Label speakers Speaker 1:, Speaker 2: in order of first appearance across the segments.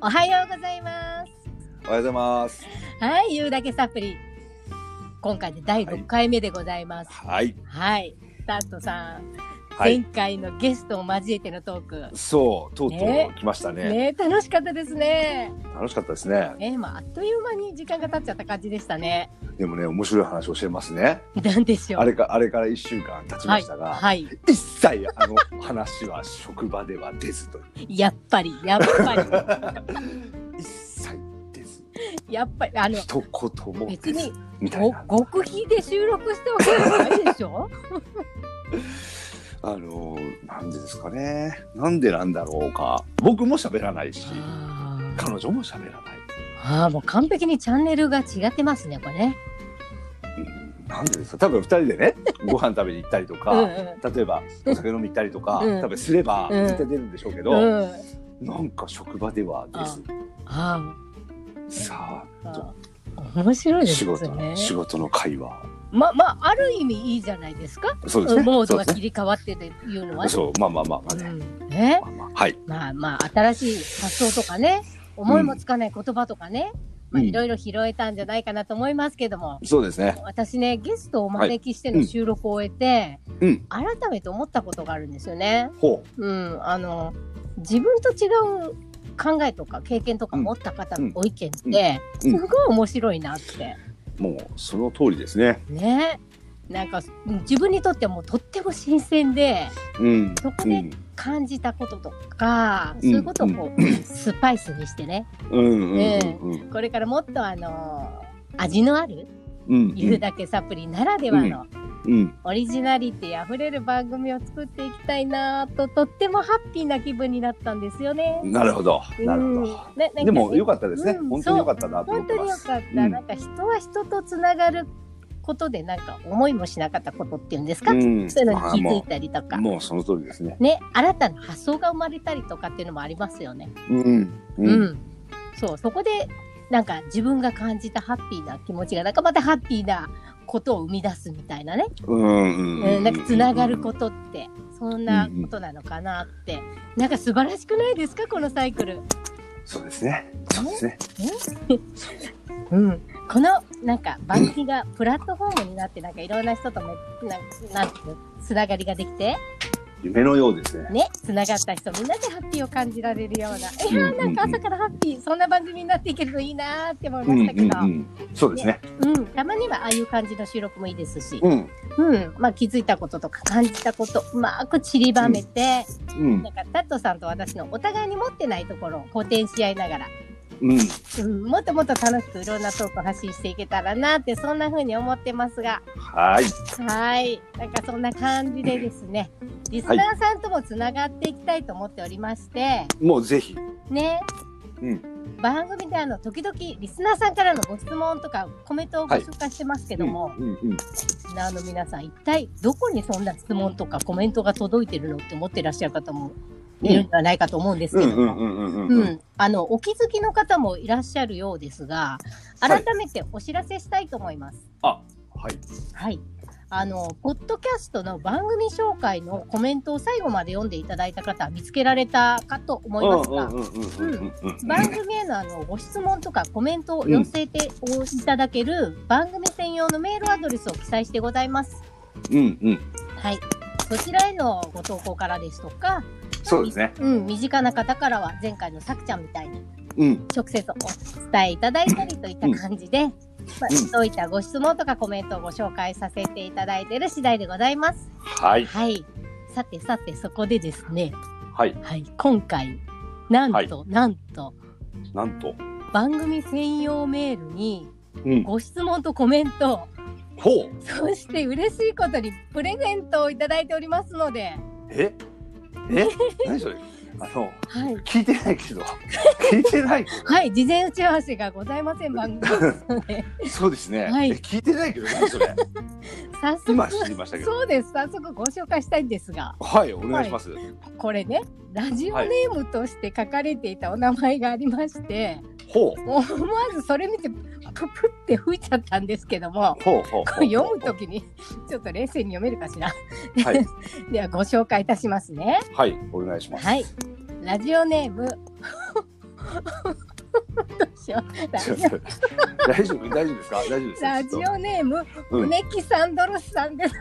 Speaker 1: おはようございます。
Speaker 2: おはようございます。
Speaker 1: はい、ゆうだけサプリ。今回で第
Speaker 2: はい
Speaker 1: 6回目でございます。
Speaker 2: はい。
Speaker 1: はい、スタートさん、
Speaker 2: はい。
Speaker 1: 前回のゲストを交えてのトーク。
Speaker 2: そう、とうと
Speaker 1: ね
Speaker 2: う来ましたね。
Speaker 1: ね、楽しかったですね。
Speaker 2: 楽しかったですね。
Speaker 1: え、まあ、あっという間に時間が経っちゃった感じでしたね。
Speaker 2: でもね、面白い話をしてますね。
Speaker 1: なんでしょう。
Speaker 2: あれか、あれから一週間経ちましたが、
Speaker 1: はい、
Speaker 2: 一切あの話は職場では出ずという。
Speaker 1: やっぱり、やっぱ
Speaker 2: 一切出ず。
Speaker 1: り、 やっぱり、あの。
Speaker 2: 一言も
Speaker 1: 別
Speaker 2: 出
Speaker 1: に
Speaker 2: ず。みたい
Speaker 1: ご
Speaker 2: な。
Speaker 1: 極秘で収録してわけじゃないでし ょ
Speaker 2: あの、なんでですかね。なんでなんだろうか。僕も喋らないし、
Speaker 1: あー
Speaker 2: 彼女も喋らない。
Speaker 1: あーもう完璧にチャンネルが違ってますねこれね。
Speaker 2: うんなんでですか。多分二人 でね、ご飯食べに行ったりとか。
Speaker 1: うん
Speaker 2: 例えばお酒飲み行ったりとか、
Speaker 1: うん
Speaker 2: 多分すれば
Speaker 1: うん
Speaker 2: 絶対出るんでしょうけど、
Speaker 1: うんうん
Speaker 2: なんか職場ではです、
Speaker 1: あ
Speaker 2: さ
Speaker 1: あ面白い
Speaker 2: あ
Speaker 1: で
Speaker 2: 仕
Speaker 1: すよ
Speaker 2: 事の、
Speaker 1: ね。
Speaker 2: 仕事の会話
Speaker 1: ままあある意味いいじゃないですか。
Speaker 2: そうですね
Speaker 1: モード
Speaker 2: そう
Speaker 1: が
Speaker 2: です
Speaker 1: 切
Speaker 2: ね
Speaker 1: り替わってていうのはね。
Speaker 2: そうまあまあまあまあね、
Speaker 1: うんね
Speaker 2: まあまあはい
Speaker 1: まあまあ新しい発想とかね思いもつかない言葉とかね、まあ
Speaker 2: うん
Speaker 1: いろいろ拾えたんじゃないかなと思いますけども。
Speaker 2: そうですね
Speaker 1: 私ねゲストをお招きしての収録を終えて、
Speaker 2: うんうん
Speaker 1: 改めて思ったことがあるんですよね。
Speaker 2: ほ
Speaker 1: うん、あの自分と違う考えとか経験とか持った方のご意見って、
Speaker 2: うんうん
Speaker 1: すごい面白いなって。
Speaker 2: うもうその通りですね
Speaker 1: ね。なんか自分にとってもとっても新鮮で
Speaker 2: うん
Speaker 1: そこ
Speaker 2: う
Speaker 1: で
Speaker 2: ん
Speaker 1: 感じたこととか、そういうことをこう、スパイスにしてね
Speaker 2: うんうんうん
Speaker 1: ええ
Speaker 2: うん
Speaker 1: これからもっとあの味のある
Speaker 2: うん
Speaker 1: ゆるだけサプリならではの
Speaker 2: うん
Speaker 1: オリジナリティあふれる番組を作っていきたいなととってもハッピーな気分になったんですよね。
Speaker 2: なるほどなるほ
Speaker 1: うん
Speaker 2: ど、
Speaker 1: ねなんか
Speaker 2: でも良かったですね、
Speaker 1: うん
Speaker 2: 本当に良かったなと思
Speaker 1: 本
Speaker 2: って
Speaker 1: 当に
Speaker 2: ま
Speaker 1: よ
Speaker 2: す
Speaker 1: かった、
Speaker 2: うん
Speaker 1: なんか人は人とつながることでなんか思いもしなかったことっていうんですか、
Speaker 2: うん
Speaker 1: そういうのに気づい
Speaker 2: も
Speaker 1: たりとか、
Speaker 2: うもうその通りですね
Speaker 1: ね新たな発想が生まれたりとかっていうのもありますよね。
Speaker 2: うん
Speaker 1: うん、
Speaker 2: うん
Speaker 1: そうそこでなんか自分が感じたハッピーな気持ちがなんかまたハッピーなことを生み出すみたいなね、
Speaker 2: うんうん
Speaker 1: うんなんかつながることってそんなことなのかなって、なんか素晴らしくないですかこのサイクル。
Speaker 2: そうですねそうですね
Speaker 1: うん、このなんか番組がプラットフォームになってなんかいろんな人とめななんていうのつながりができて
Speaker 2: 夢のようですね
Speaker 1: ねつながった人みんなでハッピーを感じられるようなえ
Speaker 2: うんうんうん
Speaker 1: なんか朝からハッピーそんな番組になっていけるといいなーって思いま
Speaker 2: う
Speaker 1: し
Speaker 2: んう
Speaker 1: た
Speaker 2: ん
Speaker 1: けど、
Speaker 2: う
Speaker 1: うん
Speaker 2: ん、そうですね。
Speaker 1: たまにはああいう感じの収録もいいですし、
Speaker 2: うん、
Speaker 1: うんまあ、気づいたこととか感じたことうまく散りばめて、
Speaker 2: うん
Speaker 1: な、んかタットさんと私のお互いに持ってないところを補填し合いながら
Speaker 2: うん、
Speaker 1: うん、もっともっと楽しくいろんなトークを発信していけたらなってそんな風に思ってますが
Speaker 2: はい、
Speaker 1: はいなんかそんな感じでですねリスナーさんともつながっていきたいと思っておりまして
Speaker 2: もうぜひ、
Speaker 1: ね、
Speaker 2: うん
Speaker 1: 番組であの時々リスナーさんからのご質問とかコメントをご紹介してますけども、
Speaker 2: うん、うん、
Speaker 1: リスナーの皆さん一体どこにそんな質問とかコメントが届いてるのって思ってらっしゃる方もいるんじゃないかと思うんです
Speaker 2: う
Speaker 1: けど
Speaker 2: ん、
Speaker 1: も。
Speaker 2: うん、うん、うん、う、
Speaker 1: うんん、あのお気づきの方もいらっしゃるようですが
Speaker 2: は
Speaker 1: 改
Speaker 2: い
Speaker 1: めてお知らせしたいと思います。
Speaker 2: あ、はい、
Speaker 1: はいあのポッドキャストの番組紹介のコメントを最後まで読んでいただいた方は見つけられたかと思いますが、
Speaker 2: うん、うん、うん、うん、うん、
Speaker 1: 番組へのあのご質問とかコメントを寄せておいただける番組専用のメールアドレスを記載してございます。
Speaker 2: うん、うん、
Speaker 1: はい、そちらへのご投稿からですとか、
Speaker 2: そうですね。
Speaker 1: うん、身近な方からは前回のさくちゃんみたいに
Speaker 2: うん、
Speaker 1: 直接お伝えいただいたりといった感じで、まあ
Speaker 2: うん
Speaker 1: そういったご質問とかコメントをご紹介させていただいている次第でございます。
Speaker 2: はい、
Speaker 1: はい。さてさてそこでですね、
Speaker 2: はい、
Speaker 1: はい、今回なんと、
Speaker 2: はい
Speaker 1: なんと
Speaker 2: なんと、
Speaker 1: 番組専用メールに
Speaker 2: うん、
Speaker 1: ご質問とコメント
Speaker 2: ほう、
Speaker 1: そして嬉しいことにプレゼントをいただいておりますので、
Speaker 2: え、 え、何それ、あの、
Speaker 1: はい、
Speaker 2: 聞いてないけど、聞いてないけ
Speaker 1: はい、事前打ち合わせがございません 番組ですので
Speaker 2: ど、そうですね。
Speaker 1: はい
Speaker 2: え聞いてないけど、何それ、
Speaker 1: 早速
Speaker 2: 今知りましたけど。
Speaker 1: そうです早速ご紹介したいんですが
Speaker 2: はい、お願いします。
Speaker 1: これねラジオネームとして書かれていたお名前がありまして、
Speaker 2: ほ
Speaker 1: 思わずそれ見てププって吹いちゃったんですけども
Speaker 2: う、ほう、ほう、
Speaker 1: これ読むときにちょっと冷静に読めるかしら
Speaker 2: き。はい、
Speaker 1: ではご紹介いたしますね
Speaker 2: はい、お願いします。
Speaker 1: はいラジオネームどうしよう。ラ
Speaker 2: ち
Speaker 1: ジ
Speaker 2: ょっと大丈夫大丈夫ですか大丈夫です
Speaker 1: オ
Speaker 2: か
Speaker 1: ラジオネーム、
Speaker 2: うん
Speaker 1: ネキサンドロスさんです。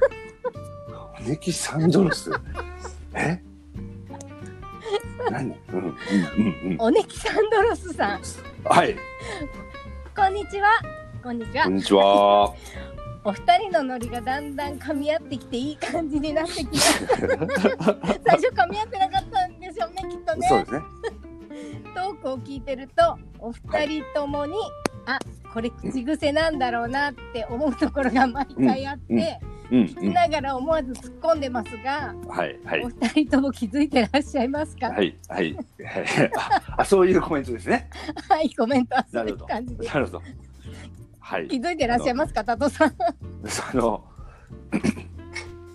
Speaker 2: ネキサンドロス。 え何うんうんうんうん。
Speaker 1: おネキサンドロスさん。
Speaker 2: はい、
Speaker 1: こんにちは。こんにちは
Speaker 2: こ。んにち は。
Speaker 1: お二人のノリがだんだん噛み合ってきていい感じになってき ました。最初噛み合ってなかったんですよね、きっとね。
Speaker 2: そうですね。
Speaker 1: トークを聞いてるとお二人ともに、あこれ口癖なんだろうなって思うところが毎回あって、
Speaker 2: うんうんうん
Speaker 1: 聞きながら思わず突っ込んでますが、
Speaker 2: うん。はいはい
Speaker 1: お。二人とも気づいてらっしゃいますかは、
Speaker 2: はいいはい。 ああそういうコメントですね。
Speaker 1: コメントはそ
Speaker 2: な
Speaker 1: うい
Speaker 2: る
Speaker 1: う
Speaker 2: ほど。
Speaker 1: 感じで
Speaker 2: なるほど。はい
Speaker 1: 気。づいてらっしゃいますかタトさん
Speaker 2: その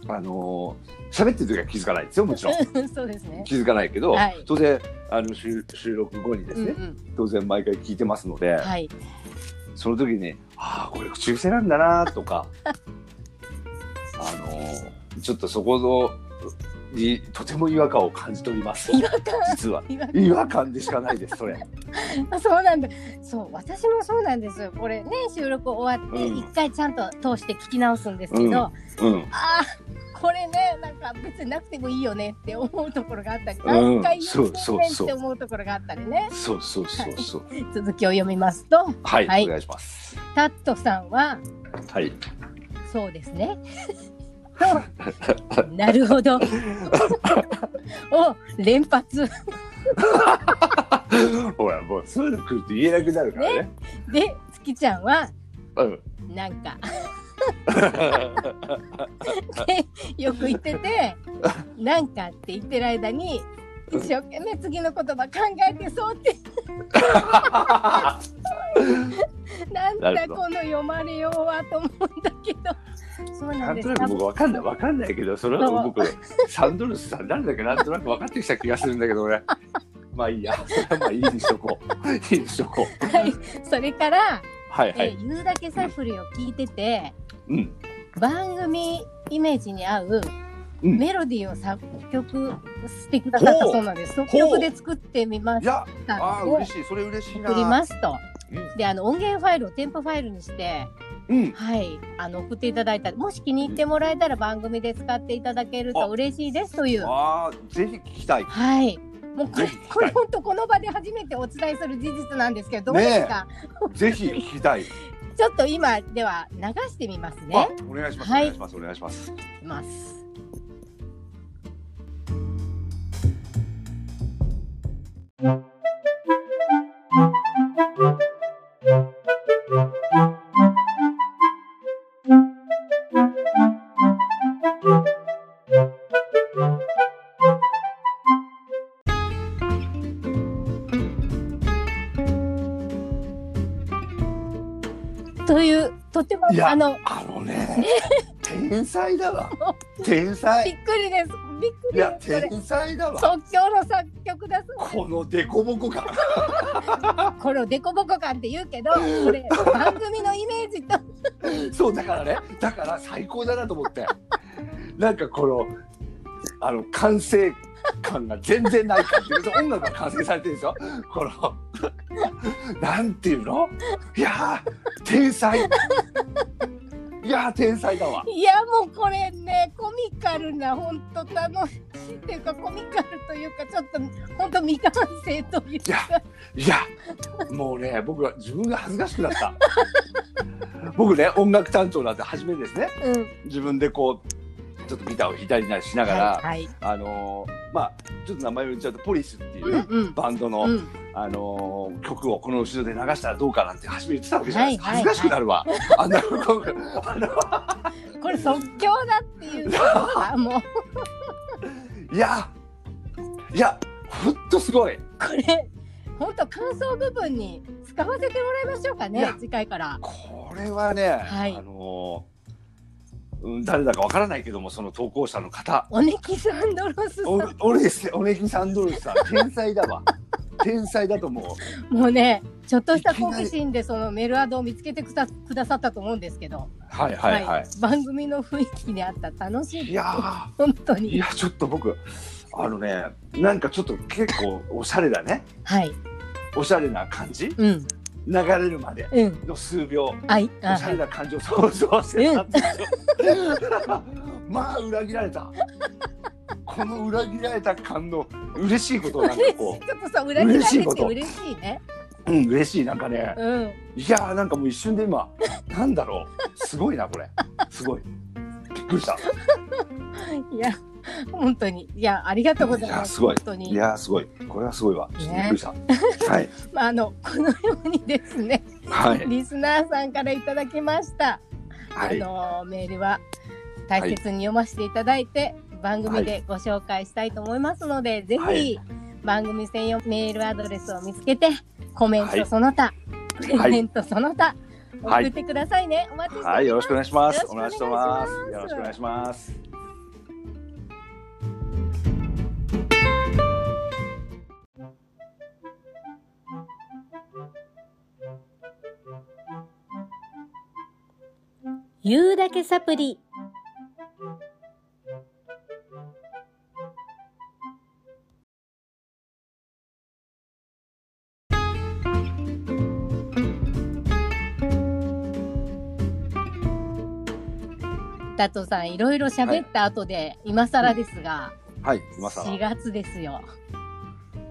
Speaker 2: あの喋ってる時は気づかないですよもちろん。
Speaker 1: そうですね
Speaker 2: 気づかないけど、
Speaker 1: はい
Speaker 2: 当然あの収収録後にですね、
Speaker 1: うんうん
Speaker 2: 当然毎回聞いてますので、
Speaker 1: はい
Speaker 2: その時にああこれ口癖なんだなと かあのちょっとそこのにとても違和感を感じております
Speaker 1: 違和感
Speaker 2: 実は
Speaker 1: 違和
Speaker 2: 違和感でしかないですそれ
Speaker 1: あそうなんだそう私もそうなんですよこれね収録終わって
Speaker 2: うん
Speaker 1: 一回ちゃんと通して聞き直すんですけど、
Speaker 2: うんうん
Speaker 1: あーこれねなんか別になくてもいいよねって思うところがあったり
Speaker 2: うん
Speaker 1: 何回言
Speaker 2: そううそう
Speaker 1: ねんっ
Speaker 2: そう
Speaker 1: て思うところがあったりね
Speaker 2: そうそうそうそう
Speaker 1: 続きを読みますと
Speaker 2: はい、
Speaker 1: はい
Speaker 2: お願いします
Speaker 1: タットさんは
Speaker 2: はい
Speaker 1: 「そうです ね」と「なるほど」 を連発
Speaker 2: ほらもうそういうの来ると言えなくなるからね
Speaker 1: で月ちゃんは
Speaker 2: うん
Speaker 1: 「なん か」ってよく言ってて「なんか」って言ってる間に一生懸命次の言葉考えてそうっ てなん
Speaker 2: な
Speaker 1: だ
Speaker 2: るほど
Speaker 1: この読まれようはと思うんだけど。そうな
Speaker 2: なん
Speaker 1: で
Speaker 2: ん
Speaker 1: す
Speaker 2: となく僕わかんないわかんないけどそれは僕サンドルスさん誰だかなんとなく分かってきた気がするんだけど俺まあいいやそれはまあいいにしとこういいにしとこう
Speaker 1: はい、それから、
Speaker 2: はいは
Speaker 1: え
Speaker 2: い
Speaker 1: ー言うだけサプリを聞いてて、
Speaker 2: うん
Speaker 1: 番組イメージに合う
Speaker 2: うん
Speaker 1: メロディーを作曲してくださったそうなんです。即
Speaker 2: ほ
Speaker 1: 曲
Speaker 2: う
Speaker 1: で作ってみま
Speaker 2: い
Speaker 1: し
Speaker 2: やあ
Speaker 1: た
Speaker 2: あ
Speaker 1: の
Speaker 2: 嬉
Speaker 1: で、
Speaker 2: しいそれ嬉しいな
Speaker 1: 作りますと。
Speaker 2: うん
Speaker 1: で、あの音源ファイルを添付ファイルにして、
Speaker 2: うん
Speaker 1: はい、あの送っていただいた。もし気に入ってもらえたら番組で使っていただける
Speaker 2: あ
Speaker 1: と嬉しいですという。
Speaker 2: ああぜひ聞きたい
Speaker 1: はい。もうこ
Speaker 2: ぜ
Speaker 1: れ
Speaker 2: ひ聞きたい
Speaker 1: これ本当この場で初めてお伝えする事実なんですけどどうですか、
Speaker 2: ぜひ聞きたい
Speaker 1: ちょっと今では流してみますね。
Speaker 2: あお願いしますお
Speaker 1: はい
Speaker 2: 願いしますお願いします
Speaker 1: いきます。というとても
Speaker 2: いや
Speaker 1: あの
Speaker 2: あのね天才 だわ天才
Speaker 1: びっくりです。びっくり
Speaker 2: いや
Speaker 1: です。これ
Speaker 2: 天才だわ
Speaker 1: 即興の作曲だそ
Speaker 2: このデコボコ感
Speaker 1: う。これをデコボコ感って言うけど、これ番組のイメージと
Speaker 2: そうだからねだから最高だなと思ってなんかこのあの完成感が全然ない感じ別に音楽が完成されてるんですよこのなんていうのいやー天才いやー天才だわ
Speaker 1: いやもうこれねコミカルな本当楽しいっていうかコミカルというかちょっと本当未完成という
Speaker 2: いや
Speaker 1: か。
Speaker 2: いやもうね僕は自分が恥ずかしくなった僕ね音楽担当なんて初めてですね
Speaker 1: うん。
Speaker 2: 自分でこうちょっとギターを左なりしながら、
Speaker 1: はい。
Speaker 2: あのーまあちょっと名前を言っちゃうとポリスっていう
Speaker 1: う
Speaker 2: ね、
Speaker 1: んうん。
Speaker 2: バンドの、
Speaker 1: うん、
Speaker 2: あのー曲をこの後ろで流したらどうかなんて初め言ってたわけじゃないですか、
Speaker 1: はいはいはい
Speaker 2: 恥ずかしくな るわあのこうあの
Speaker 1: これ即興だって いうかもう
Speaker 2: いやいやほんとすごい
Speaker 1: これ本当感想部分に使わせてもらいましょうか
Speaker 2: い
Speaker 1: ね
Speaker 2: や
Speaker 1: 次回から。
Speaker 2: これはね、
Speaker 1: はい
Speaker 2: あのーうん、誰だかわからないけどもその投稿者の方
Speaker 1: おねきさんドロスさん
Speaker 2: お俺ですおねぎさんドルさん天才だわ天才だと思う
Speaker 1: もうね、ちょっとした好奇心でそのメールアドを見つけてくだくださったと思うんですけど、
Speaker 2: はいはいはい、
Speaker 1: 番組の雰囲気に合った楽し
Speaker 2: い、
Speaker 1: い、
Speaker 2: やー
Speaker 1: 本当
Speaker 2: い
Speaker 1: に。
Speaker 2: やちょっと僕あのねなんかちょっと結構おしゃれだね
Speaker 1: はい、
Speaker 2: おしゃれな感じ
Speaker 1: うん
Speaker 2: 流れるまで
Speaker 1: うん
Speaker 2: の数秒
Speaker 1: あい
Speaker 2: お
Speaker 1: あ
Speaker 2: しゃれな感じを想像してたんですよ。まあ裏切られた。この裏切られた感の嬉しいことをなんか
Speaker 1: 嬉しい
Speaker 2: こ
Speaker 1: ことさ裏切られ
Speaker 2: 嬉しいこ
Speaker 1: て
Speaker 2: と
Speaker 1: 嬉しいね
Speaker 2: う、うん嬉しいなんかね。
Speaker 1: うん
Speaker 2: いやーなんかもう一瞬で今なんだろうすごいなこれすごいびっくりした。
Speaker 1: いや本当にいやありがとうござい
Speaker 2: い
Speaker 1: ま
Speaker 2: や
Speaker 1: す
Speaker 2: すごい
Speaker 1: 本当に
Speaker 2: いやーすごいこれはすごいわちょっとびっくりした。はい
Speaker 1: まああのこのようにですね
Speaker 2: はい
Speaker 1: リスナーさんからいただきました、
Speaker 2: はい
Speaker 1: あのメールは大切に読ませていただいて、番組でご紹介したいと思いますので、ぜ
Speaker 2: は
Speaker 1: ひ
Speaker 2: い
Speaker 1: 番組専用メールアドレスを見つけてコメン
Speaker 2: はい
Speaker 1: トその他、プレゼントその他、
Speaker 2: はい
Speaker 1: 送ってくださいねお待ちしてます、
Speaker 2: はいよろしくお願いします。お
Speaker 1: よろ
Speaker 2: 願い
Speaker 1: し
Speaker 2: し
Speaker 1: くお願
Speaker 2: ま
Speaker 1: いします
Speaker 2: す。よろしくお願いします。
Speaker 1: 言うだけサプリダトさんいろいろ喋った後で、今更ですが、
Speaker 2: はい今さ
Speaker 1: 4月ですよ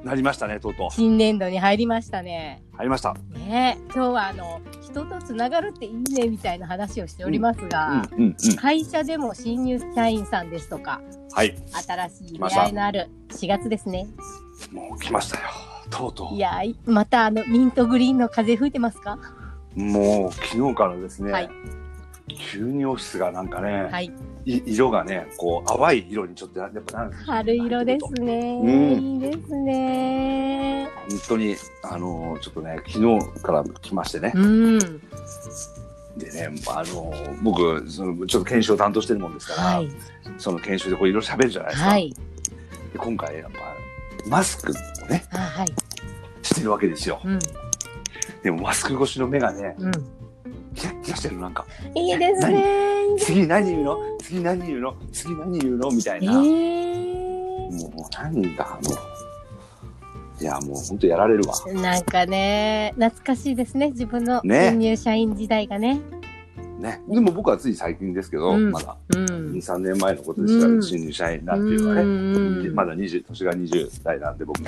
Speaker 2: なりましたねとうとう
Speaker 1: 新年度に入りましたね
Speaker 2: 入りました。
Speaker 1: ねえ今日はあの人とつながるっていいねみたいな話をしております
Speaker 2: う
Speaker 1: が、
Speaker 2: んうんうん
Speaker 1: 会社でも新入社員さんですとか
Speaker 2: はい
Speaker 1: 新しい
Speaker 2: 来
Speaker 1: 出
Speaker 2: ました
Speaker 1: 会いのある4月ですね
Speaker 2: もう来ましたよとうとう
Speaker 1: い。やーいまたあのミントグリーンの風吹いてますか
Speaker 2: もう昨日からですね、
Speaker 1: はい
Speaker 2: 急にオフィスがなんかね、
Speaker 1: はい
Speaker 2: い色がねこう淡い色にちょっとやっぱなん
Speaker 1: 春色ですね、
Speaker 2: うん
Speaker 1: いいですね
Speaker 2: 本当にあのーちょっとね昨日から来ましてね、
Speaker 1: うん
Speaker 2: でねあのー僕そのちょっと研修を担当してるもんですから、
Speaker 1: はい
Speaker 2: その研修でこういろいろ喋るじゃないですか、
Speaker 1: はい
Speaker 2: で今回やっぱマスクをね
Speaker 1: あはい
Speaker 2: してるわけですよ
Speaker 1: うん
Speaker 2: でもマスク越しの目がね
Speaker 1: うん
Speaker 2: キラッキラしてるなんか
Speaker 1: いいですね
Speaker 2: 次何言うの次何言うの次何言うのみたい
Speaker 1: え
Speaker 2: な、
Speaker 1: ー
Speaker 2: もうなんだもういやもう本当やられるわ
Speaker 1: なんかね懐かしいですね自分の
Speaker 2: ね
Speaker 1: 新入社員時代がね
Speaker 2: ね、でも僕はつい最近ですけど、
Speaker 1: うん
Speaker 2: まだ
Speaker 1: うん
Speaker 2: 23年前のことですから、
Speaker 1: うん
Speaker 2: 新入社員なんていうのはね、
Speaker 1: うん
Speaker 2: でまだ20年が20代なんで僕 も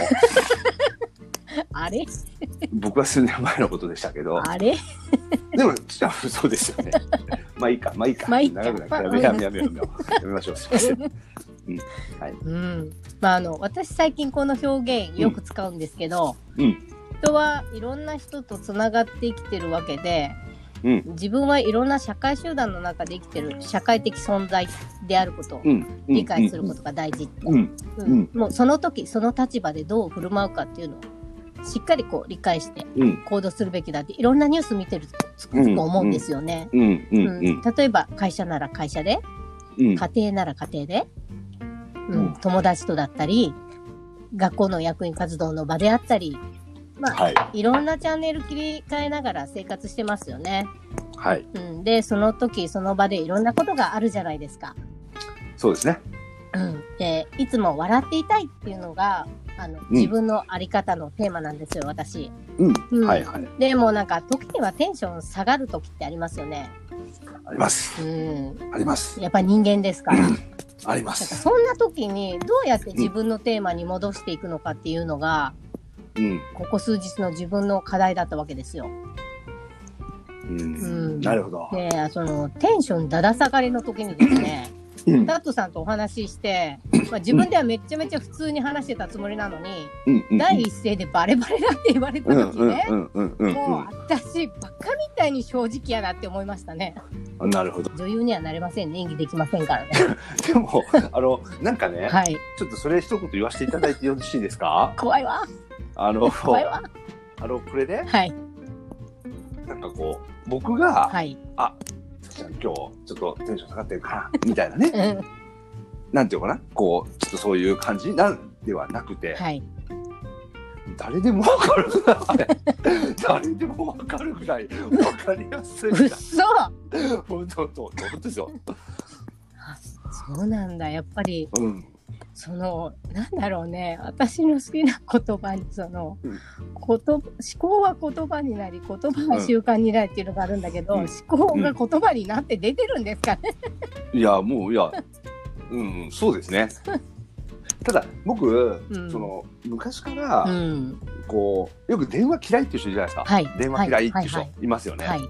Speaker 1: あれ
Speaker 2: 僕は数年前のことでしたけど
Speaker 1: あれ
Speaker 2: でもじゃあそうですよね まあいいかまあいいか
Speaker 1: まあいいか
Speaker 2: 長くなるやめやめやめやめようやめましょうすいません
Speaker 1: うん、まああの私最近この表現よく使うんですけど、
Speaker 2: うんうん
Speaker 1: 人はいろんな人とつながって生きてるわけで、
Speaker 2: うん
Speaker 1: 自分はいろんな社会集団の中で生きてる社会的存在であることを
Speaker 2: うん
Speaker 1: 理解することが大事って、
Speaker 2: うん
Speaker 1: うんもうその時その立場でどう振る舞うかっていうのをしっかりこう理解して
Speaker 2: うん
Speaker 1: 行動するべきだっていろんなニュース見てるとつくづく思うんですよね。
Speaker 2: うんうんう
Speaker 1: うん
Speaker 2: うん
Speaker 1: ん例えば会社なら会社で
Speaker 2: うん
Speaker 1: 家庭なら家庭で、うん
Speaker 2: うん
Speaker 1: 友達とだったり学校の役員活動の場であったり、まあ、
Speaker 2: はい
Speaker 1: いろんなチャンネル切り替えながら生活してますよね。
Speaker 2: はい
Speaker 1: うん、でその時その場でいろんなことがあるじゃないですか。
Speaker 2: そうですね
Speaker 1: うん、でいつも笑っていたいっていうのがあの
Speaker 2: ん
Speaker 1: 自分の在り方のテーマなんですよ、私。
Speaker 2: うん、
Speaker 1: うん
Speaker 2: はいはい
Speaker 1: でもなんか時にはテンション下がる時ってありますよね。
Speaker 2: あります
Speaker 1: うん、
Speaker 2: あります
Speaker 1: やっぱ人間です から。
Speaker 2: ありま
Speaker 1: なんか
Speaker 2: す
Speaker 1: そんな時にどうやって自分のテーマに戻していくのかっていうのが、
Speaker 2: うん
Speaker 1: ここ数日の自分の課題だったわけですよ。
Speaker 2: うん、
Speaker 1: うん
Speaker 2: なるほど、
Speaker 1: で、そのテンションだだ下がりの時にですね、
Speaker 2: うん
Speaker 1: ダットさんとお話しして、まあ、自分ではめちゃめちゃ普通に話してたつもりなのに、
Speaker 2: うんうんうん
Speaker 1: 第一声でバレバレだって言われた
Speaker 2: うん
Speaker 1: 時
Speaker 2: うん
Speaker 1: ね、
Speaker 2: うんうんうん
Speaker 1: もう私、バカみたいに正直やなって思いましたね。
Speaker 2: うんなるほど
Speaker 1: 女優にはなれませんね、演技できませんからね。
Speaker 2: でもあのなんかね、
Speaker 1: はい、
Speaker 2: ちょっとそれ一言言わせていただいてよろしいですか
Speaker 1: 怖いわ、
Speaker 2: あの
Speaker 1: 怖いわ。
Speaker 2: あのこれね
Speaker 1: はい、
Speaker 2: なんかこう僕が
Speaker 1: はい、
Speaker 2: 「さきちゃん今日ちょっとテンション下がってるかな」みたいなね
Speaker 1: うん、
Speaker 2: なんていうのかなこうちょっとそういう感じなんではなくて、
Speaker 1: はい。
Speaker 2: 誰でもわかるぐらい誰でもわかるぐらいわかりやすい
Speaker 1: 嘘
Speaker 2: 本当そう本当ですよ、
Speaker 1: あそうなんだやっぱり
Speaker 2: うん、
Speaker 1: そのなんだろうね私の好きな言葉にその、
Speaker 2: うん
Speaker 1: こと思考は言葉になり言葉は習慣になりっていうのがあるんだけど、
Speaker 2: うん
Speaker 1: 思考が言葉になって出てるんですかね、
Speaker 2: いやもういやうんうんそうですねただ僕、
Speaker 1: うん
Speaker 2: その昔から、
Speaker 1: ん、
Speaker 2: こうよく電話嫌いっていう人いるじゃないですか、
Speaker 1: はい
Speaker 2: 電話嫌いって
Speaker 1: は
Speaker 2: いう
Speaker 1: いは
Speaker 2: 人
Speaker 1: い
Speaker 2: いますよね、
Speaker 1: はい、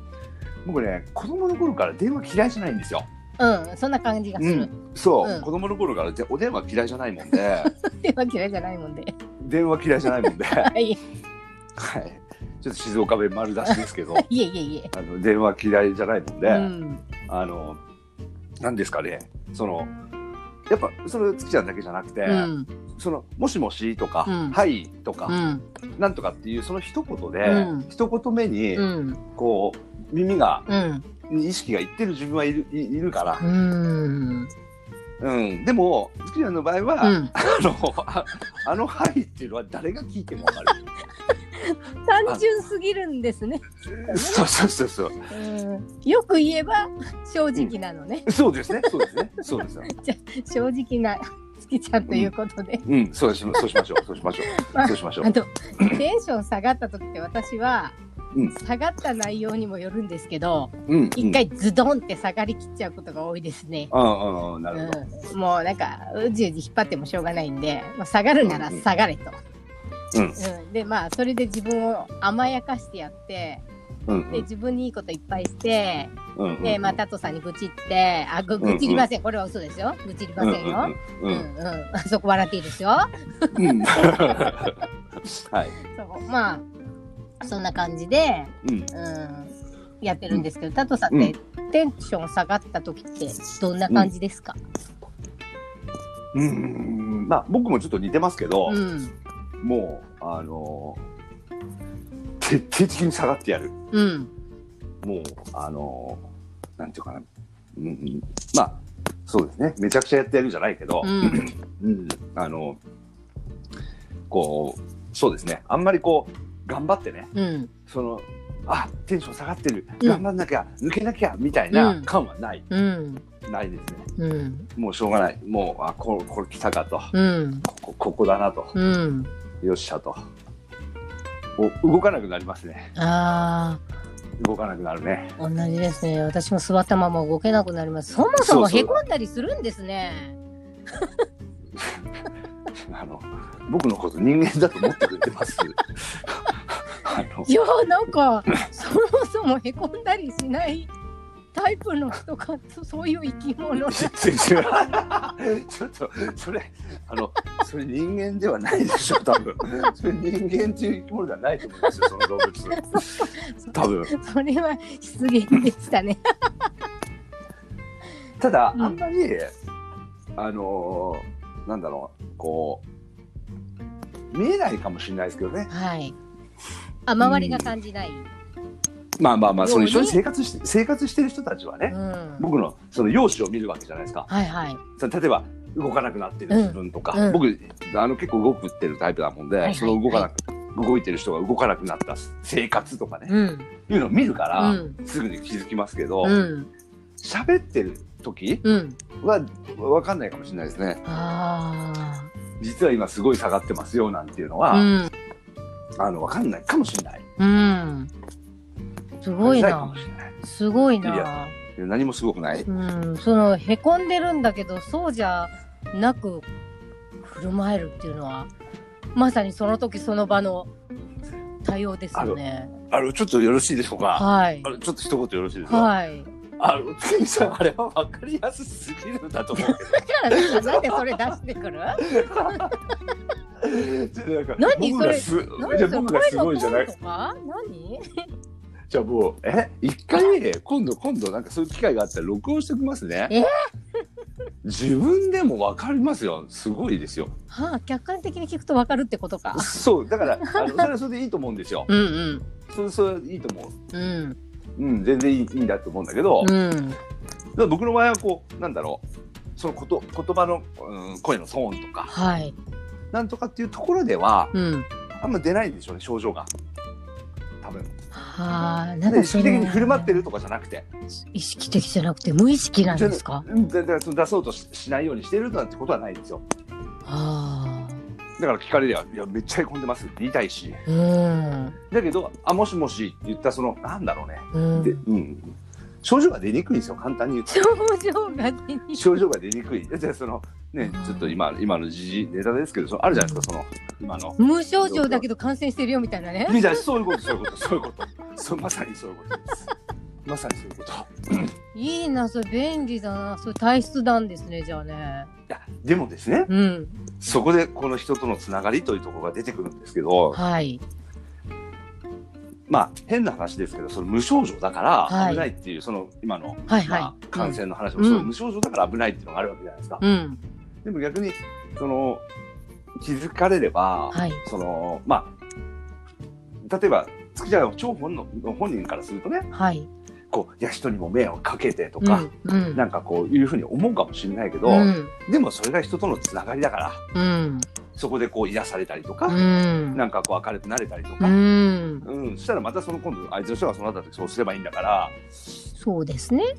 Speaker 2: 僕ね子供の頃から電話嫌いじゃないんですよ、
Speaker 1: うん、そんな感じがす
Speaker 2: う
Speaker 1: る、
Speaker 2: ん、そう、
Speaker 1: うん
Speaker 2: 子供の頃からでお電話嫌いじゃないもん で
Speaker 1: 電話嫌いじゃないもんで
Speaker 2: 電話嫌いじゃないもんで、はい、
Speaker 1: はいい
Speaker 2: ちょっと静岡弁丸出しですけど
Speaker 1: えいえいえ
Speaker 2: あの電話嫌いじゃないもんで、
Speaker 1: うん
Speaker 2: あのなんですかねそのやっぱそれ月ちゃんだけじゃなくて、
Speaker 1: うん
Speaker 2: そのもしもしとか、
Speaker 1: うん
Speaker 2: はいとか、
Speaker 1: うん
Speaker 2: なんとかっていうその一言で、
Speaker 1: うん
Speaker 2: 一言目に
Speaker 1: うん
Speaker 2: こう耳が
Speaker 1: うん
Speaker 2: 意識がいってる自分はいるいいるから
Speaker 1: う、ん
Speaker 2: うん、でも月ちゃんの場合は、
Speaker 1: うん
Speaker 2: あのああの「はい」っていうのは誰が聞いてもわか る。
Speaker 1: 単純すぎるんですね、
Speaker 2: そうそうそうそう。
Speaker 1: うん、よく言えば正直なのね、
Speaker 2: そうですね。そうですね。そうですよ。
Speaker 1: 正直な月ちゃんということで、
Speaker 2: うん、そうしそうしましょう。そうしましょう。そうしまし ょ
Speaker 1: あ
Speaker 2: う。
Speaker 1: とテンション下がった時って私は、
Speaker 2: うん
Speaker 1: 下がった内容にもよるんですけど
Speaker 2: うん、うん
Speaker 1: 一。回ズドンって下がりきっちゃうことが多いですね。
Speaker 2: うん、うん、なるほど。
Speaker 1: うん、もうなんかうじうじ引っ張ってもしょうがないんで、まあ、下がるなら下がれと。
Speaker 2: うん
Speaker 1: うんでまあそれで自分を甘やかしてやって
Speaker 2: うん、う
Speaker 1: で
Speaker 2: ん
Speaker 1: 自分にいいこといっぱいして
Speaker 2: うん、うん。
Speaker 1: でまあタトさんに愚痴ってあぐ愚痴りませんこれは嘘ですよ愚痴りませんよ。
Speaker 2: うん、
Speaker 1: うん
Speaker 2: うん、
Speaker 1: うん、 そこ笑っていいですよ。
Speaker 2: うん、うん。 はい。
Speaker 1: そうまあそんな感じで、
Speaker 2: うん。
Speaker 1: うん、やってるんですけど、タトさんって、テンション下がった時ってどんな感じですか？
Speaker 2: うん、まあ、僕もちょっと似てますけど、
Speaker 1: うん、
Speaker 2: もう、あのー徹底的に下がってやる。
Speaker 1: うん、
Speaker 2: もう、あのーなんていうかな。うんうん、まあ、そうですね。めちゃくちゃやってやるじゃないけど、
Speaker 1: うん、
Speaker 2: うん、あのこうそうですねあんまりこう頑張ってね
Speaker 1: うん、
Speaker 2: そのあテンション下がってる
Speaker 1: うん
Speaker 2: 頑張んなきゃ、抜けなきゃみたいうなん感はない、
Speaker 1: うん、
Speaker 2: ないです
Speaker 1: う
Speaker 2: ね
Speaker 1: ん、
Speaker 2: もうしょうがないもうあここれ来たかと
Speaker 1: うん、
Speaker 2: ここここだなと、
Speaker 1: うん、
Speaker 2: よっしゃとお動かなくなりますね
Speaker 1: あ
Speaker 2: 動かなくなるね
Speaker 1: あ、同じですね。私も座ったまま動けなくなります。そもそもへこんだりするんですね。
Speaker 2: あの僕のこと人間だと思ってくれてます あの
Speaker 1: いや、なんか、そもそもへこんだりしない。タイプの人かと、そういう生き物。
Speaker 2: 全然ちょっとそれあのそれ人間ではないでしょ多分それ人間っていう生き物ではないと思いますよその動物多分
Speaker 1: それは失言でしたね。
Speaker 2: ただ、
Speaker 1: うん
Speaker 2: あんまりあのーなんだろうこう見えないかもしれないですけどね
Speaker 1: はい。あ、周りが感じない。
Speaker 2: まあまあまあその
Speaker 1: ように
Speaker 2: 一緒に生活して生活してる人たちは
Speaker 1: う
Speaker 2: ね、
Speaker 1: ん。
Speaker 2: 僕のその容姿を見るわけじゃないですか
Speaker 1: はいはい。
Speaker 2: それ例えば動かなくなってる自分とか、
Speaker 1: うんうん
Speaker 2: 僕あの結構動くってるタイプだもんで、
Speaker 1: いはい
Speaker 2: その動かなく、動いてる人が動かなくなった生活とかね、
Speaker 1: うん。
Speaker 2: いうのを見るか
Speaker 1: う
Speaker 2: ら、
Speaker 1: ん。
Speaker 2: すぐに気づきますけど
Speaker 1: うん。
Speaker 2: 喋、ってる時
Speaker 1: うん。
Speaker 2: は分かんないかもしれないですね
Speaker 1: あ
Speaker 2: 実は今すごい下がってますよなんていうの
Speaker 1: あ。
Speaker 2: は、
Speaker 1: うん。
Speaker 2: あの分かんないかもしれない
Speaker 1: うん。すごい
Speaker 2: 分かん
Speaker 1: な
Speaker 2: な。いかもしれない
Speaker 1: すごい
Speaker 2: い
Speaker 1: な。
Speaker 2: いや何もすごくない
Speaker 1: うん。そのへこんでるんだけど、そうじゃなく。振る舞えるっていうのは。まさにその時その場の。対応ですよね。
Speaker 2: あのちょっとよろしいでしょうか
Speaker 1: はい
Speaker 2: あ。のちょっと一言よろしいですか、
Speaker 1: はい。
Speaker 2: あの月見さんあれは分かりやすすぎるんだと思うけど
Speaker 1: だから、みんななんでそれ出してくる。
Speaker 2: ちょっとなんか
Speaker 1: 何
Speaker 2: 僕がす
Speaker 1: 何
Speaker 2: じゃあ
Speaker 1: それ
Speaker 2: 僕がすごいじゃない
Speaker 1: 声のトーンとか何
Speaker 2: じゃあもうえ一回ね今度今度なんかそういう機会があったら録音しておきますね
Speaker 1: え
Speaker 2: 自分でもわかりますよすごいですよ
Speaker 1: はあ、客観的に聞くとわかるってことか。
Speaker 2: そうだからあのそれはそれでいいと思うんですよ
Speaker 1: うんうん
Speaker 2: それそれいいと思
Speaker 1: うん
Speaker 2: ううん全然いいいいんだと思うんだけど、だか
Speaker 1: うん
Speaker 2: ら僕の場合はこうなんだろうそのこと言葉の、うん、声のトーンとか
Speaker 1: はい
Speaker 2: なんとかっていうところでは
Speaker 1: うん
Speaker 2: あんま出ないんでしょうね症状が多分
Speaker 1: はあなん
Speaker 2: で
Speaker 1: か
Speaker 2: 意識的に振る舞ってるとかじゃなくて
Speaker 1: 意識的じゃなくて無意識なんですか
Speaker 2: うんだだからその出そうとししないようにしてるなんてことはないんですよ。
Speaker 1: あ
Speaker 2: だから聞かれりゃ「いやめっちゃへこんでます」って言いたいし
Speaker 1: あうん
Speaker 2: だけど「あもしもし」って言ったそのなんだろうね
Speaker 1: うん
Speaker 2: で、うん、症状が出にくいんですよ簡単に言うと
Speaker 1: 症状が出に
Speaker 2: 症状が出にくいじゃあそのね
Speaker 1: うん
Speaker 2: ちょっと今今の時事ネタですけどそのあるじゃないですかその今の
Speaker 1: 無症状だけど感染してるよみたいなね
Speaker 2: みたいなそういうことそういうことそういうことそうまさにそういうことですまさにそういうこと
Speaker 1: いいなそれ便利だなそれ体質なんですねじゃあね
Speaker 2: いやでもですね
Speaker 1: うん
Speaker 2: そこでこの人とのつながりというところが出てくるんですけど
Speaker 1: はい
Speaker 2: まあ変な話ですけどその無症状だから
Speaker 1: はい
Speaker 2: 危ないっていう、その今の、
Speaker 1: はいはい、
Speaker 2: まあ、感染の話も、
Speaker 1: うん
Speaker 2: そう無症状だから危ないっていうのがあるわけじゃないですか、
Speaker 1: うん
Speaker 2: でも逆にその気づかれれば、
Speaker 1: はい
Speaker 2: そのまあ例えば月じゃ張本の本人からするとね
Speaker 1: はい
Speaker 2: こういや人にも迷惑かけてとか、
Speaker 1: うんうん
Speaker 2: なんかこういうふうに思うかもしれないけど、
Speaker 1: うん
Speaker 2: でもそれが人とのつながりだから
Speaker 1: うん
Speaker 2: そこでこう癒されたりとか、
Speaker 1: うん
Speaker 2: なんかこう明るくなれたりと
Speaker 1: う
Speaker 2: か、
Speaker 1: ん
Speaker 2: うんそしたらまたその今度相手の人がそうなった時そうすればいいんだから
Speaker 1: そうですね
Speaker 2: だか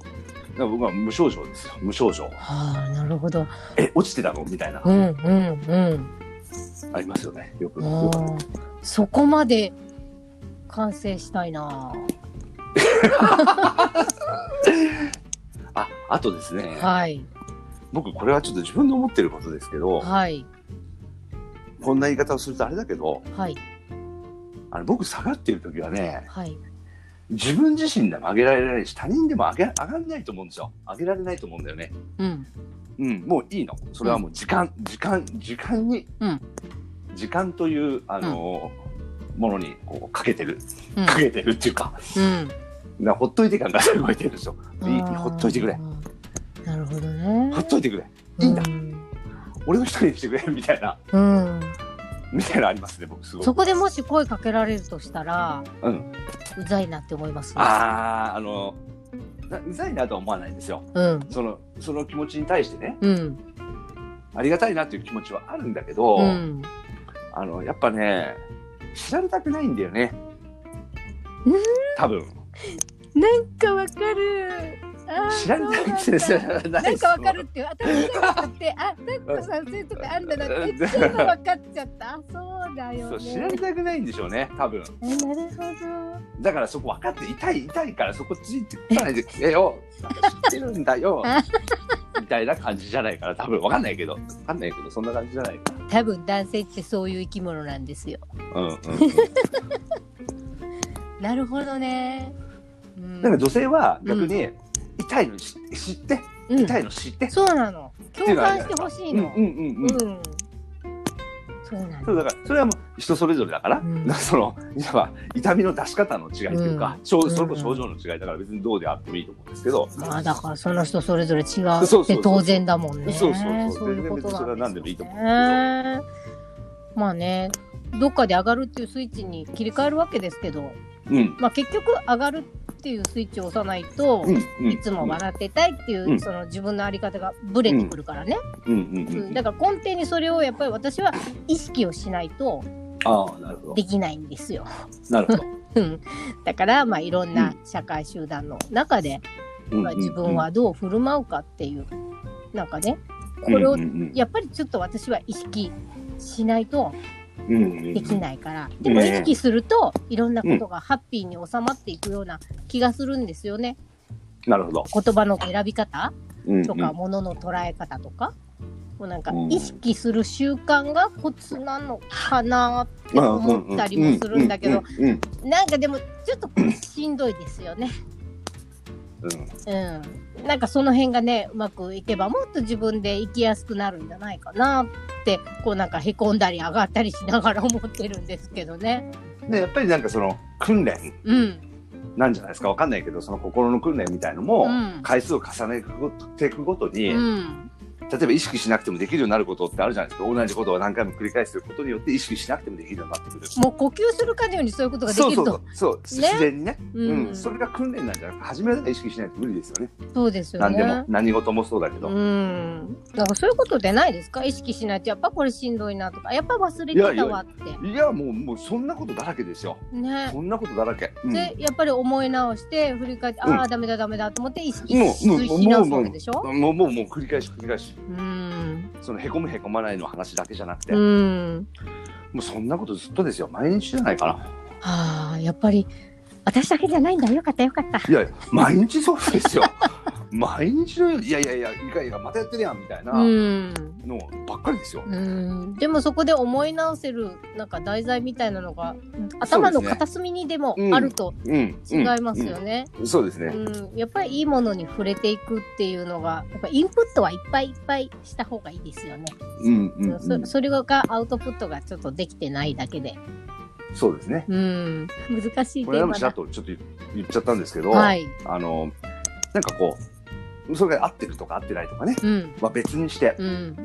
Speaker 2: ら僕は無症状ですよ無症状
Speaker 1: はあなるほど
Speaker 2: え落ちてたのみたいな、
Speaker 1: うんうんうん
Speaker 2: ありますよねよく
Speaker 1: あーそこまで完成したいな。
Speaker 2: ああとですね、
Speaker 1: はい
Speaker 2: 僕これはちょっと自分の思ってることですけど
Speaker 1: はい
Speaker 2: こんな言い方をするとあれだけど
Speaker 1: はい
Speaker 2: あの僕下がってる時はね
Speaker 1: はい。
Speaker 2: 自分自身でも上げられないし他人でも上げ上がらないと思うんですよ上げられないと思うんだよね
Speaker 1: うん
Speaker 2: うんもういいのそれはもう時間、時間時間に、
Speaker 1: うん
Speaker 2: 時間というあのーものにこうかけてる
Speaker 1: うん
Speaker 2: かけてるっていうか
Speaker 1: うん。
Speaker 2: なほっといて感がすごい出るんですよいいいい
Speaker 1: あー
Speaker 2: ほっといてくれ。
Speaker 1: なるほどね。
Speaker 2: ほっといてくれいいんだ
Speaker 1: うん
Speaker 2: 俺の一人にしてくれみたいな
Speaker 1: うん。
Speaker 2: みたいなのありますね僕すごい
Speaker 1: そこでもし声かけられるとしたら、
Speaker 2: うん
Speaker 1: うざいなって思います。
Speaker 2: あああのなうざいなとは思わないんですよ
Speaker 1: うん
Speaker 2: そのその気持ちに対してね
Speaker 1: うん
Speaker 2: ありがたいなっていう気持ちはあるんだけど、
Speaker 1: うん。
Speaker 2: あのやっぱね知られたくないんだよね
Speaker 1: うん
Speaker 2: 多分
Speaker 1: なんかわかる。あー
Speaker 2: 知られたくない
Speaker 1: そうなんだないんかわ
Speaker 2: 知られたくな
Speaker 1: かるっていう私じゃなくてあタッコさんそういうとこあんだなってちょっとわかっちゃったあそうだ
Speaker 2: そ
Speaker 1: よ
Speaker 2: う知
Speaker 1: ね
Speaker 2: られたくないんでしょうね多分
Speaker 1: えなるほ
Speaker 2: だからそこ分かって痛い痛いからそこついてこな いでくれよ知ってるんだよみたいな感じじゃないから多分分かんないけど分かんないけどそんな感じじゃないか
Speaker 1: ど多分男性ってそういう生き物なんですよ
Speaker 2: うんうん、
Speaker 1: なるほどねう
Speaker 2: なんか
Speaker 1: ん、
Speaker 2: 女性は逆に、痛いの知知って
Speaker 1: うん、
Speaker 2: 痛いの知って、
Speaker 1: そうなの
Speaker 2: ってい
Speaker 1: 共
Speaker 2: うのはあ
Speaker 1: 感
Speaker 2: る
Speaker 1: し
Speaker 2: じゃ
Speaker 1: てほ
Speaker 2: ないです
Speaker 1: しい
Speaker 2: か
Speaker 1: の
Speaker 2: うんうんうんうん
Speaker 1: うんそうな
Speaker 2: そ
Speaker 1: の
Speaker 2: うだからそれはもう人それぞれだから、
Speaker 1: うん
Speaker 2: なそのいわば痛みの出し方の違いというか、症
Speaker 1: うん
Speaker 2: それこそ症状の違いだから別にどうであってもいいと思うんですけど、
Speaker 1: まあだからその人それぞれ違
Speaker 2: そう
Speaker 1: う
Speaker 2: そう
Speaker 1: っ
Speaker 2: そう
Speaker 1: て当然だもんね
Speaker 2: そうそうそう
Speaker 1: そういうことなん
Speaker 2: 全然別にそれは何でもいいと思うん
Speaker 1: ねまあねどっかで上がるっていうスイッチに切り替えるわけですけど
Speaker 2: うん
Speaker 1: まあ結局上がるっていうスイッチを押さないと、
Speaker 2: うんうん、
Speaker 1: いつも笑ってたいっていう、
Speaker 2: うん
Speaker 1: その自分のあり方がブレてくるからね、
Speaker 2: うんうんうん
Speaker 1: う
Speaker 2: うんん、
Speaker 1: だから根底にそれをやっぱり私は意識をしないと
Speaker 2: ああなるほど
Speaker 1: できないんですよ。
Speaker 2: なるほど、
Speaker 1: うんだから、まあ、いろん
Speaker 2: う
Speaker 1: な社会集団の中で、
Speaker 2: うんうん
Speaker 1: まあ、
Speaker 2: うん
Speaker 1: 自分はどう振る舞うかっていう、なんかねこ
Speaker 2: うん
Speaker 1: れを
Speaker 2: うんうん
Speaker 1: やっぱりちょっと私は意識しないと
Speaker 2: うんうんうん
Speaker 1: できないから、でも
Speaker 2: ね
Speaker 1: 意識するといろんなことがハッピーに収まっていくような気がするんですよね
Speaker 2: なるほど、
Speaker 1: 言葉の選び方。
Speaker 2: うんうん
Speaker 1: とか、ものの捉え方とか、もうなんか
Speaker 2: うん
Speaker 1: 意識する習慣がコツなのかなって思ったりもするんだけど、
Speaker 2: うんうんうん
Speaker 1: なんかでもちょっとしんどいですよね。
Speaker 2: うんうん
Speaker 1: うん。なんかその辺がね、うまくいけばもっと自分で生きやすくなるんじゃないかなって、こうなんかへこんだり上がったりしながら思ってるんですけどね。
Speaker 2: でやっぱりなんかその訓練
Speaker 1: うん。
Speaker 2: なんじゃないですかわかんないけどその心の訓練みたいのも
Speaker 1: うん
Speaker 2: 回数を重ねていくごとに、
Speaker 1: うん。
Speaker 2: 例えば意識しなくてもできるようになることってあるじゃないですか同じことを何回も繰り返すことによって意識しなくてもできるようになってくる。
Speaker 1: もう呼吸するかのようにそういうことがで
Speaker 2: そう
Speaker 1: きる
Speaker 2: そ
Speaker 1: と。
Speaker 2: うそうそう
Speaker 1: ね
Speaker 2: 自然にね、
Speaker 1: う
Speaker 2: うん
Speaker 1: ん。
Speaker 2: それが訓練なんじゃなくて初めから意識しないと無理ですよね
Speaker 1: そうですよね。
Speaker 2: 何でも何事もそうだけど、
Speaker 1: うん、なんかそういうことでないですか意識しないとやっぱこれしんどいなとかやっぱ忘れてたわって
Speaker 2: いやもうもうそんなことだらけですよ
Speaker 1: ね
Speaker 2: そんなことだらけ、うん
Speaker 1: でやっぱり思い直して振り返って、
Speaker 2: うん
Speaker 1: ああダメだダメだと思って意識
Speaker 2: もうもう
Speaker 1: しし直すわけでしょ
Speaker 2: もうもうもう繰り返し繰り返し
Speaker 1: うんうん
Speaker 2: そのへこむへこまないの話だけじゃなくて、
Speaker 1: うん
Speaker 2: もうそんなことずっとですよ毎日じゃないかな
Speaker 1: あーやっぱり私だけじゃないんだよかったよかった
Speaker 2: いや毎日そうで すよ毎日のようにいやいやいやいかいやまたやってるやんみたいな
Speaker 1: うん
Speaker 2: のばっかりですよ、
Speaker 1: うんでもそこで思い直せるなんか題材みたいなのが頭の片隅にでも
Speaker 2: うん
Speaker 1: あると
Speaker 2: うん
Speaker 1: 違いますよ、ね。
Speaker 2: うんうんそうですね、
Speaker 1: うん、やっぱりいいものに触れていくっていうのがやっぱインプットはいっぱいいっぱいした方がいいですよね。
Speaker 2: うんうんうん
Speaker 1: そそれがアウトプットがちょっとできてないだけで、
Speaker 2: そうですね
Speaker 1: うん、難しいテ
Speaker 2: これ
Speaker 1: ー
Speaker 2: は
Speaker 1: マ
Speaker 2: もしだ
Speaker 1: だ。
Speaker 2: とちょっと言っちゃったんですけど、
Speaker 1: はい、
Speaker 2: あのなんかこうそれが合ってるとか合ってないとかね、
Speaker 1: うん、
Speaker 2: まあ、別にして
Speaker 1: うん、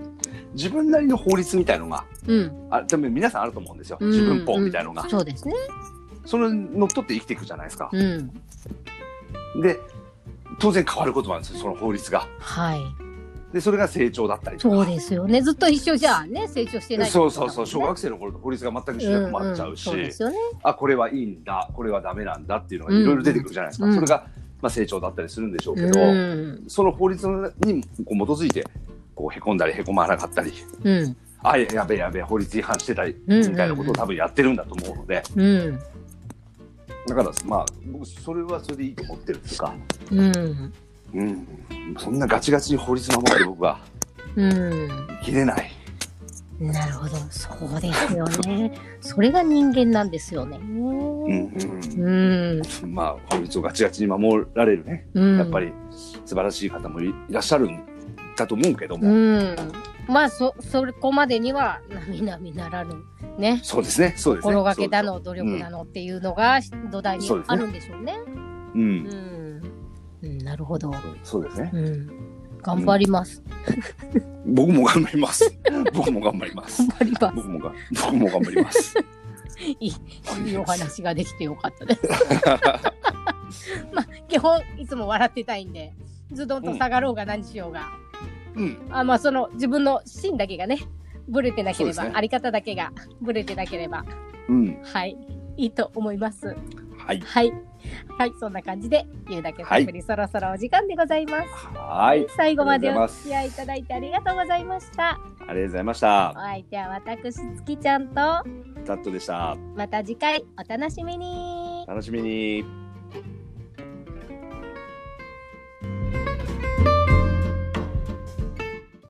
Speaker 2: 自分なりの法律みたいのが
Speaker 1: うん、
Speaker 2: あ多分皆さんあると思うんですよ、
Speaker 1: うん
Speaker 2: 自分法みたいのが、
Speaker 1: そうですね。
Speaker 2: それにのっとって生きていくじゃないですか、
Speaker 1: うん、
Speaker 2: で当然変わることなんですよその法律が
Speaker 1: はい、
Speaker 2: でそれが成長だったりとか
Speaker 1: そうですよね。ずっと一緒じゃあね、成長してないって
Speaker 2: そ
Speaker 1: こ
Speaker 2: う
Speaker 1: とだもん
Speaker 2: そう
Speaker 1: ね。
Speaker 2: そう小学生の頃と法律が全く一緒で困っちゃう
Speaker 1: ん
Speaker 2: し、
Speaker 1: んそうですよね。
Speaker 2: あこれはいいんだこれはダメなんだっていうのがいろいろ出てくるじゃないですか、
Speaker 1: うん
Speaker 2: それが、まあ、成長だったりするんでしょうけど、
Speaker 1: うん、
Speaker 2: その法律にこう基づいてこうへこんだりへこまなかったり
Speaker 1: うん、
Speaker 2: あややべえやべえ法律違反してたり
Speaker 1: うんうん
Speaker 2: みたいなことを多分やってるんだと思うので、
Speaker 1: うん、
Speaker 2: だからまあ僕それはそれでいいと思ってるっていうか、
Speaker 1: うん、
Speaker 2: うん、そんなガチガチに法律守って僕は
Speaker 1: うん。
Speaker 2: 生きれない。
Speaker 1: なるほど、そうですよね。それが人間なんですよね。
Speaker 2: うんうん
Speaker 1: うん、
Speaker 2: まあ法律をガチガチに守られるね、
Speaker 1: うん、
Speaker 2: やっぱ。り素晴らしい方もいいらっしゃるんだと思うけども、
Speaker 1: うん、まあ、そ、そこまでには、並々ならぬ。ね。
Speaker 2: そうですねそうですね
Speaker 1: 心がけだの、努力だのっていうのが、土台に
Speaker 2: そうですね
Speaker 1: あるんでしょうね。
Speaker 2: う、
Speaker 1: うんん、うん、なるほど。
Speaker 2: そうですね
Speaker 1: うん、頑張ります。
Speaker 2: 僕も頑張ります 僕も頑張ります
Speaker 1: 頑張りま
Speaker 2: 僕もが僕も頑張ります
Speaker 1: す。いいお話ができてよかった です。まあ、基本いつも笑ってたいんで、ズドンと下がろうが何しようが。
Speaker 2: うん
Speaker 1: あまあその自分の芯だけがねブレてなけれ
Speaker 2: そ
Speaker 1: ば、
Speaker 2: うですね
Speaker 1: あり方だけがブレてなければ
Speaker 2: うん
Speaker 1: はいいいと思います
Speaker 2: はい
Speaker 1: はいはいそんな感じで言うだけそっぷり、そろそろお時間でございます
Speaker 2: はーい
Speaker 1: 最後まで
Speaker 2: ありがとう
Speaker 1: お
Speaker 2: ございます
Speaker 1: 付き合いいただいてありがとうございました
Speaker 2: ありがとうございまし
Speaker 1: お
Speaker 2: た
Speaker 1: 相手は私月ちゃんと
Speaker 2: タットでした
Speaker 1: また次回お楽しみに
Speaker 2: 楽しみに